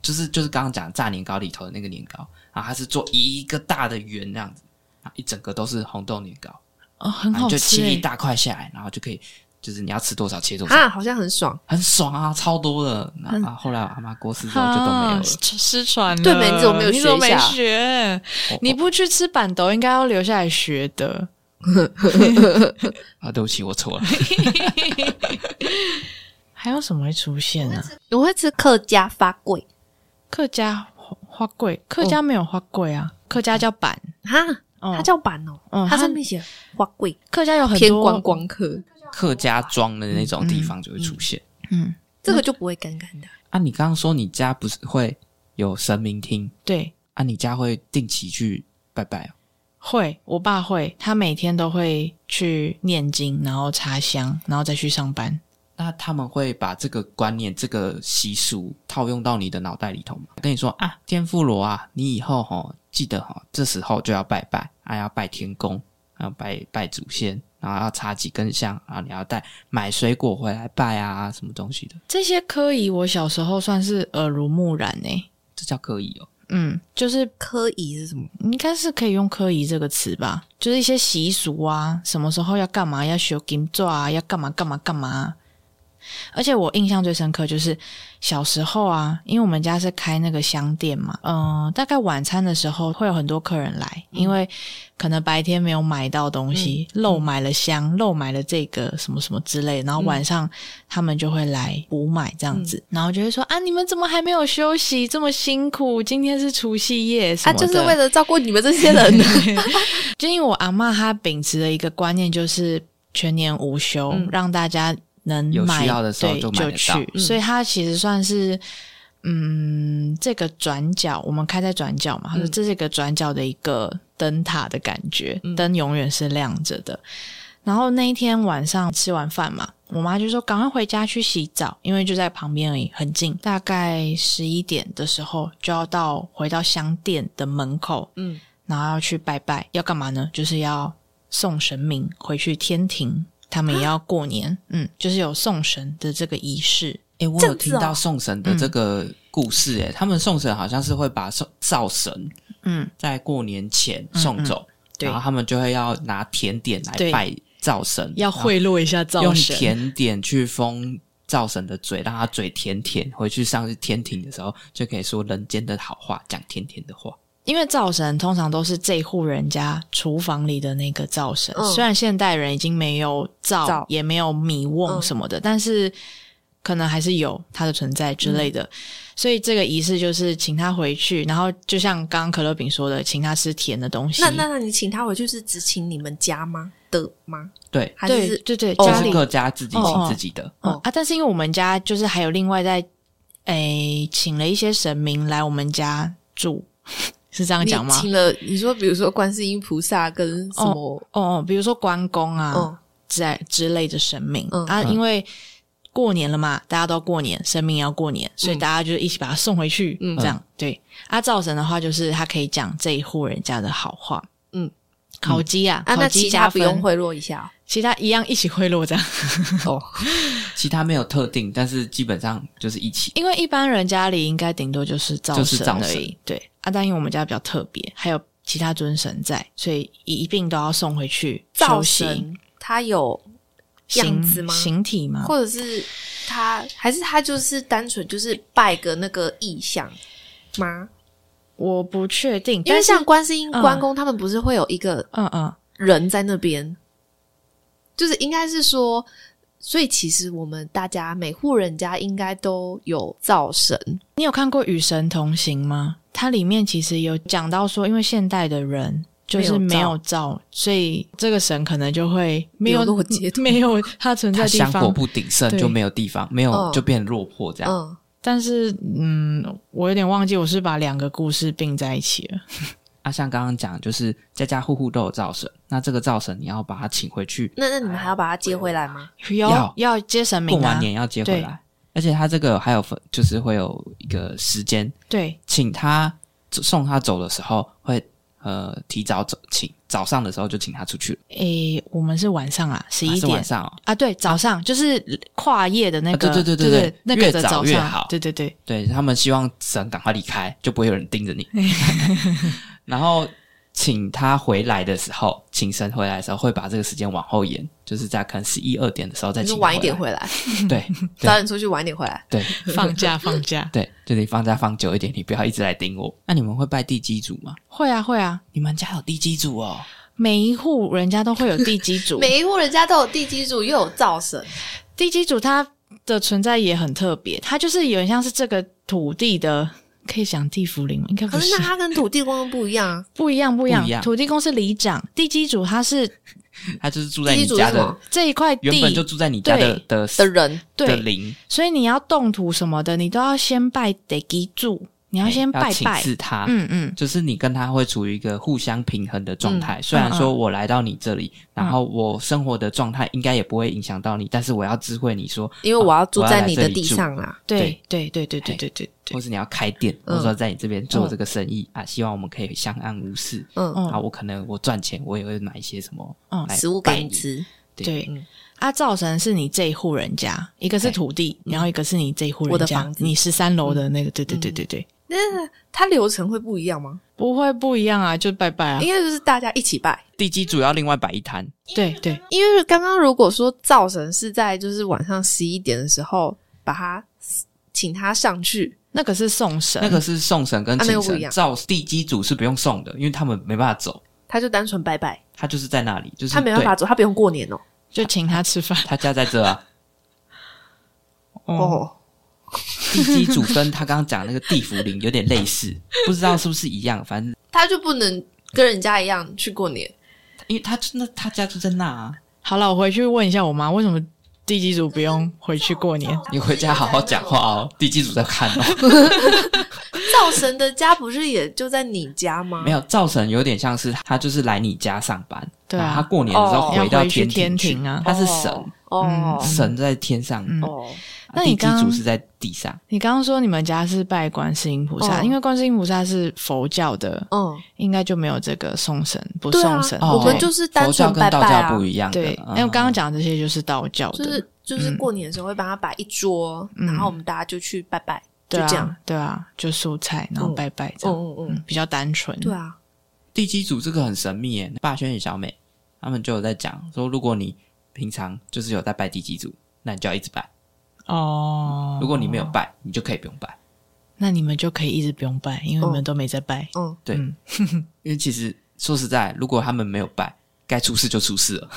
就是就是刚刚讲炸年糕里头的那个年糕，然后她是做一个大的圆那样子，然后一整个都是红豆年糕，哦，很然后好啊你就吃切一欸。大块下来，然后就可以就是你要吃多少切多少，啊，好像很爽，很爽啊，超多的。那、啊、后来我阿嬷过世之后就都没有啊了。失失传了。对没你怎么没有你怎么学一没下学？你不去吃板豆，应该要留下来学的。啊，对不起，我 *laughs* 错了。还有什么会出现呢、啊我会吃客家发粿，客家花哦柜，客家没有花柜啊，客家叫板。哈，哦它，叫板哦，嗯它它上面写花贵，客家有很多偏观，光客，客家庄的那种地方就会出现。嗯，这个就不会干干的。啊，你刚刚说你家不是会有神明厅对，啊？你家会定期去拜拜哦、会，我爸会，他每天都会去念经，然后插香，然后再去上班。那他们会把这个观念、这个习俗套用到你的脑袋里头吗？跟你说啊，天妇罗啊，你以后哈、记得哈、这时候就要拜拜啊，要拜天公，啊，拜拜祖先，然后要插几根香啊，然后你要带买水果回来拜啊，什么东西的，这些科仪，我小时候算是耳濡目染欸呢、这叫可以哦。嗯，就是科仪是什么？应该是可以用“科仪”这个词吧，就是一些习俗啊，什么时候要干嘛，要学金做啊，要干嘛干嘛干嘛啊。而且我印象最深刻就是小时候啊，因为我们家是开那个香店嘛，嗯、大概晚餐的时候会有很多客人来，嗯因为可能白天没有买到东西，漏买了香，漏买了这个什么什么之类，嗯然后晚上他们就会来补买这样子，然后就会说啊，你们怎么还没有休息，这么辛苦，今天是除夕夜什啊，么的，就是为了照顾你们这些 *laughs* 人。就因为我阿嬷她秉持的一个观念就是全年无休，嗯让大家能有需买要的时候对就就买得去，到嗯所以她其实算是。嗯，这个转角我们开在转角嘛，她说嗯这是一个转角的一个灯塔的感觉，嗯灯永远是亮着的。然后那一天晚上吃完饭嘛，我妈就说赶快回家去洗澡，因为就在旁边而已，很近。大概十一点的时候就要到回到香店的门口，嗯，然后要去拜拜，要干嘛呢？就是要送神明回去天庭，他们也要过年，嗯，就是有送神的这个仪式。诶，我这有样子听哦嗯到送神的这个故事、诶，他们送神好像是会把送灶神嗯，在过年前送走，对然后他们就会要拿甜点来对拜灶神，要贿赂一下然后灶用神，甜点去封灶神的嘴，让他嘴甜甜，回去上去天庭的时候就可以说人间的好话，讲甜甜的话。因为灶神通常都是这户人家厨房里的那个灶神。嗯虽然现代人已经没有灶，灶也没有米瓮嗯什么的，但是可能还是有它的存在之类的。所以这个仪式就是请他回去，然后就像刚刚可乐饼说的，请他吃甜的东西。那那那你请他回去是只请你们家吗的吗？对，还对是对对，哦就家是里各家自己哦请哦自己的。嗯哦啊，但是因为我们家就是还有另外在诶，请了一些神明来我们家住，是这样你讲吗？请了你说，比如说观世音菩萨跟什么？哦，哦比如说关公啊、嗯之类之类的神明、嗯啊，嗯因为过年了嘛，大家都过年，神明也要过年，所以嗯大家就一起把他送回去，嗯这样对。啊，灶神的话就是他可以讲这一户人家的好话，嗯，烤鸡啊，啊，烤那鸡其加他分不用，贿赂一下其他一样一起贿赂这样。哦。哦其他没有特定，但是基本上就是一起。因为一般人家里应该顶多就是灶就是神灶而神已，对。啊，但因为我们家比较特别，还有其他尊神在，所以一一并都要送回去造休息神他有样形子吗？形体吗？或者是他还是他就是单纯就是拜个那个意象吗？我不确定，因为但是像观世音、嗯关公他们不是会有一个嗯嗯，人在那边，就是应该是说，所以其实我们大家每户人家应该都有灶神，你有看过《与神同行》吗？它里面其实有讲到说，因为现代的人。就是没没有有灶，所以这个神可能就会没有流落街头 *laughs* 没有他存在他的地香火方。不鼎盛对哦就没有地方，没有嗯就变落魄这样。嗯，但是，嗯，我有点忘记，我是把两个故事并在一起了。啊，像刚刚讲，就是家家户户都有灶神，那这个灶神你要把他请回去，那那你们还要把他接回来吗？有要要接神明、过啊，完年要接回来。而且他这个还有分，就是会有一个时间，对，请他送他走的时候会呃提早走，请早上的时候就请他出去了，诶、我们是晚上啊，十啊一是点晚上、哦、啊对，早上就是跨夜的那个，啊对对对对对对那个的越早早越上好对对对，对他们希望神赶快离开，就不会有人盯着你。然后请他回来的时候，请神回来的时候，会把这个时间往后延，就是在可能十一二点的时候再哎你请说他晚一点来。回来，对早点出去，晚一点回来。对放 *laughs* 假放假，对，就你放假放久一点，你不要一直来盯我。那你们会拜地基主吗？会啊会啊，你们家有地基主哦？每一户人家都会有地 *laughs* 基主，每一户人家都有地基主，又有灶神，地基主它的存在也很特别，它就是有点像是这个土地的可以讲地府灵吗？应该不可是是那，它跟土地公又不一样 *laughs* 啊。不一样，不一样哦不一样。土地公是里长，地基主他是他就是住在地你基主是家什的么，这一块原本就地，住在你家的的的人？的对，灵，所以你要动土什么的，你都要先拜地基主，你要先哎要拜请拜。示啊他，嗯嗯，就是你跟他会处于一个互相平衡的状态。虽然嗯嗯说我来到你这里，然嗯后我生活的状态应该也不会影响到你，但是我要知会你说，因为我要住我要在来你这的里地住上啊啦。对对对对对对对对。或是你要开店，嗯或者说在你这边做这个生意、啊，希望我们可以相安无事。嗯，啊，嗯我可能我赚钱，我也会买一些什么嗯来食物给拜你吃。对嗯，啊，造成是你这一户人家，一个是对土地，然后一个是你这一户我人的家房，子你十三楼的那个，对对对对对，那它流程会不一样吗？不会不一样啊，就拜拜啊应，该就是大家一起拜。地基主要另外摆一摊，对对，因为刚刚如果说灶神是在就是晚上十一点的时候把他请他上去，那个是送神，那个是送神跟啊那个请不神。一样照地基主是不用送的，因为他们没办法走，他就单纯拜拜，他就是在那里，就是他没办法对走，他不用过年哦。就请他吃饭他家在这啊。哦，哦，地基主跟他刚刚讲那个地福灵有点类似，不知道是不是一样，反正他就不能跟人家一样去过年。因为他就那他家就在那啊，好了，我回去问一下我妈，为什么地基主不用回去过年？哦你回家好好讲话啊哦，地基主在看 *laughs* 哦。灶神的家不是也就在你家吗？没有，灶神有点像是他就是来你家上班，对啊然后他过年的时候哦回到要回去天庭去天庭啊他是神，哦神在天上，嗯哦，啊那地你基刚主是在地上，你刚刚说你们家是拜观世音菩萨，哦因为观世音菩萨是佛教的，嗯，应该就没有这个送神不对啊送神，哦我们就是单佛教纯跟拜道拜教啊不，一样的。对。嗯因为我刚刚讲的这些就是道教的，就是就是嗯过年的时候会帮他摆一桌，嗯然后我们大家就去拜拜，就对这样啊。，对啊，就素菜，然后嗯拜拜这啊嗯样，嗯嗯，嗯，比较单纯，对啊，地基主这个很神秘耶，霸轩与小美他们就有在讲说，如果你平常就是有在拜地基主，那你就要一直拜；哦如果你没有，拜，你就可以不用拜。那你们就可以一直不用拜，因为你们都没在拜。嗯，对， *laughs* 嗯因为其实说实在，如果他们没有拜，该出事就出事了。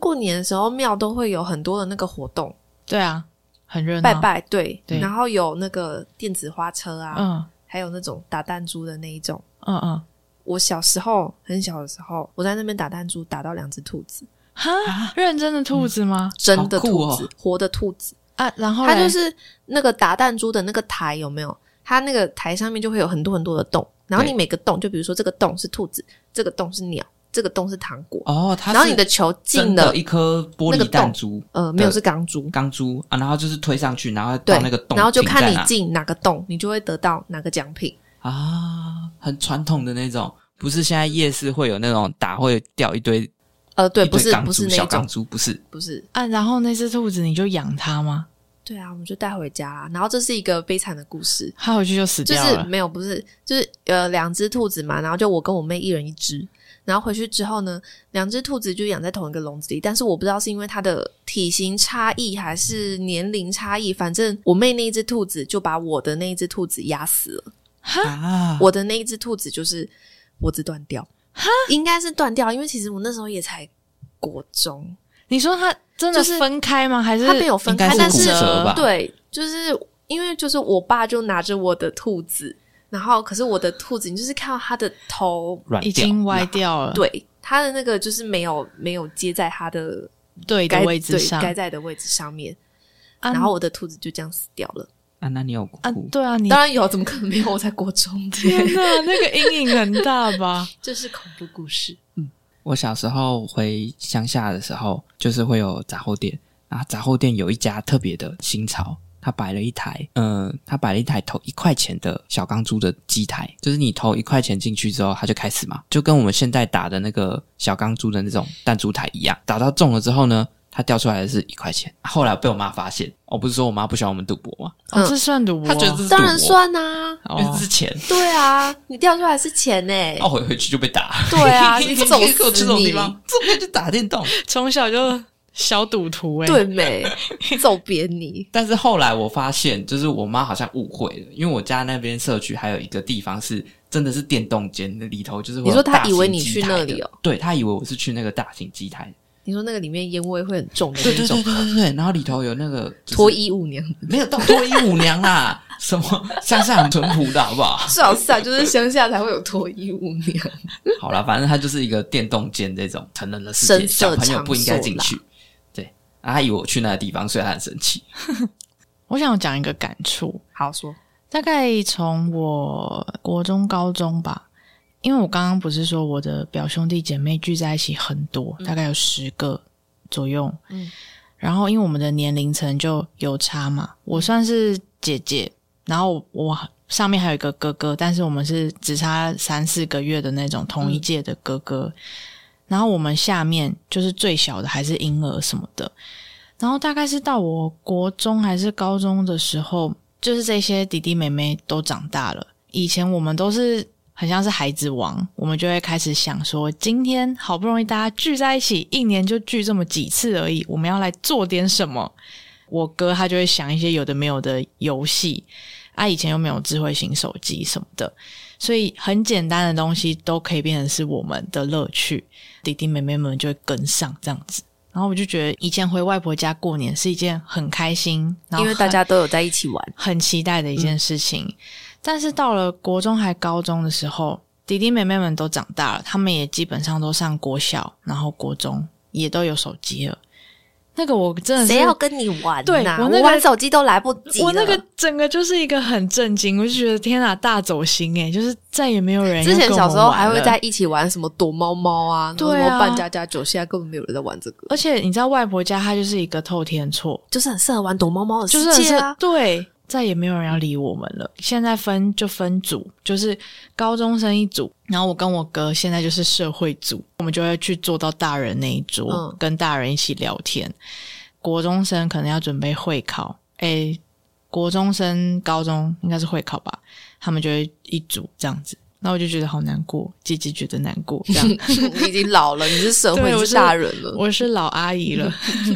过年的时候庙都会有很多的那个活动，对啊，很热闹。拜。拜，对，对然后有那个电子花车啊，嗯还有那种打弹珠的那一种。嗯嗯。我小时候很小的时候，我在那边打弹珠，打到两只兔子，啊哈，认真的兔子吗？真的兔好子，酷活的兔子。啊，然后它嘞嗯就是那个打弹珠的那个台有没有？它那个台上面就会有很多很多的洞，然后你对每个洞，就比如说这个洞是兔子，这个洞是鸟，这个洞是糖果，哦，他然后你的球进进了了一颗玻璃弹珠，呃没有是钢珠，钢珠啊，然后就是推上去，然后对到那个，洞，然后就看你进进哪个洞，你就会得到哪个奖品。啊，很传统的那种，不是现在夜市会有那种打会掉一堆，呃，对，一堆不是钢珠不是那小钢种，珠，不是不是。啊，然后那只兔子你就养它吗？对啊，我们就带回家啦。然后这是一个悲惨的故事，它回去就死就掉是了。没有，不是，就是呃，两只兔子嘛，然后就我跟我妹一人一只。然后回去之后呢，两只兔子就养在同一个笼子里，但是我不知道是因为它的体型差异还是年龄差异，反正我妹那一只兔子就把我的那一只兔子压死了，啊，我的那一只兔子就是脖子断掉，应该是断掉，因为其实我那时候也才国中，你说它真的就是分开吗？还是它没有分应该开，是但骨是折吧？，对，就是因为就是我爸就拿着我的兔子，然后可是我的兔子，你就是看到它的头，软已掉经歪掉了？对，它的那个就是没有没有接在它的对该的位置对上。该在的位置上面，啊然后我的兔子就这样死掉了。啊，那你有哭啊，对啊，你当然有，怎么可能没有？我在 *laughs* 国中天对，哪，那个阴影很大 *laughs* 吧？这是恐怖故事。我小时候回乡下的时候，就是会有杂货店，然后杂货店有一家特别的新潮，他摆了一台，嗯、他摆了一台投一块钱的小钢珠的机台，就是你投一块钱进去之后，它就开始嘛，就跟我们现在打的那个小钢珠的那种弹珠台一样，打到中了之后呢，它掉出来的是一块钱。后来被我妈发现，我不是说我妈不喜欢我们赌博吗？哦，嗯这算赌博她？觉得这是赌博当然，算啊，因为哦这，是钱，对啊，你掉出来是钱欸呢、懊悔回去就被打。对 *laughs* 啊， *laughs* 你你走给我去死这种你地！方，这边就打电动。从小就小赌徒哎。对 *laughs* 美，揍扁你。但是后来我发现，就是我妈好像误会了，因为我家那边社区还有一个地方是真的是电动间，那里头就是会有你说她大型以为你机去台那的里哦？对，她以为我是去那个大型机台，你说那个里面烟味会很重的对那对对种，对对对，然后里头有那个就是脱衣舞 *laughs* 娘，没有到脱衣舞娘啦，什么 *laughs* 乡下很淳朴的好不好？最好是啊，就是乡下才会有脱衣舞娘。好啦，反正它就是一个电动间这种成人的世界，深色小朋友场不应该所进啦去。对，阿姨我去那个地方，所以她很生气。我想讲一个感触， *laughs* 好说，大概从我国中、高中吧，因为我刚刚不是说我的表兄弟姐妹聚在一起很多，大概有十个左右。嗯嗯，然后因为我们的年龄层就有差嘛，我算是姐姐，然后我上面还有一个哥哥，但是我们是只差三四个月的那种同一届的哥哥。然后我们下面就是最小的还是婴儿什么的，然后大概是到我国中还是高中的时候，就是这些弟弟妹妹都长大了。以前我们都是很像是孩子王，我们就会开始想说，今天好不容易大家聚在一起，一年就聚这么几次而已，我们要来做点什么。我哥他就会想一些有的没有的游戏，啊，以前又没有智慧型手机什么的，所以很简单的东西都可以变成是我们的乐趣，弟弟妹妹们就会跟上这样子。然后我就觉得以前回外婆家过年是一件很开心，然后因为大很家都有在一起玩，很期待的一嗯件事情。但是到了国中还高中的时候，弟弟妹妹们都长大了，他们也基本上都上国小，然后国中也都有手机了。那个我真的是谁要跟你玩、呐？对我那个我玩手机都来不及了我那个整个就是一个很震惊，我就觉得天哪，大走心诶、就是再也没有人要之前跟我小们时候玩还会了在一起玩什么躲猫猫啊，然后对什啊么扮家家酒，现在根本没有人在玩这个，而且你知道外婆家，她就是一个透天厝，就是很适合玩躲猫猫的就世是很界是啊。对，再也没有人要理我们了。现在分就分组，就是高中生一组，然后我跟我哥现在就是社会组，我们就会去坐到大人那一桌，嗯跟大人一起聊天。国中生可能要准备会考，诶、国中生、高中应该是会考吧，他们就会一组这样子。那我就觉得好难过，姐姐觉得难过，这 *laughs* 样你已经老了，你是社会，对你我是是大人了。我是老阿姨了。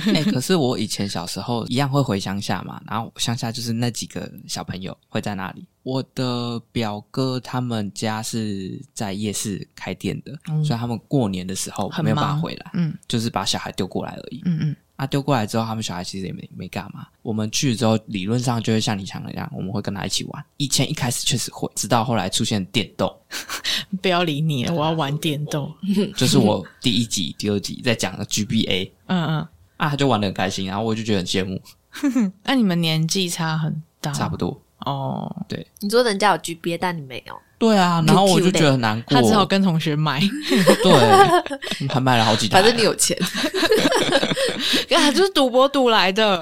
嗯哎、可是我以前小时候一样会回乡下嘛，然后乡下就是那几个小朋友会在那里。我的表哥他们家是在夜市开店的，嗯所以他们过年的时候很没有办法忙回来，嗯就是把小孩丢过来而已。嗯嗯，啊，丢过来之后，他们小孩其实也没没干嘛。我们去之后，理论上就会像你想的一样，我们会跟他一起玩。以前一开始确实会，直到后来出现电动，不要理你了，我要玩电动。就是我第一集、第二集在讲的 GBA 嗯嗯。啊，他就玩的很开心，然后我就觉得很羡慕，哦那你们年纪差很大，差不多。哦。你说人家有 GBA，但你没有，对啊，然后我就 Q-Q 觉得很难过，他只好跟同学买，对，还买了好几台，反正你有钱。 *laughs* 啊，就是赌博赌来 *laughs* 的。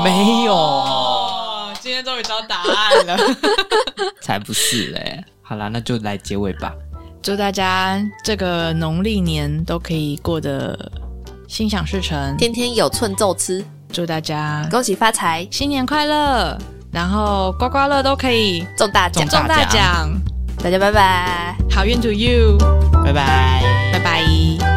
*laughs* 没有，哦，今天终于知道答案了。才不是嘞。好啦，那就来结尾吧。 *laughs* 祝大家这个农历年都可以过得心想事成，天天有寸奏吃，祝大家恭喜发财，新年快乐，然后刮刮乐都可以中大奖中！中大大奖奖，大家拜拜。好运 to you，拜拜。拜拜。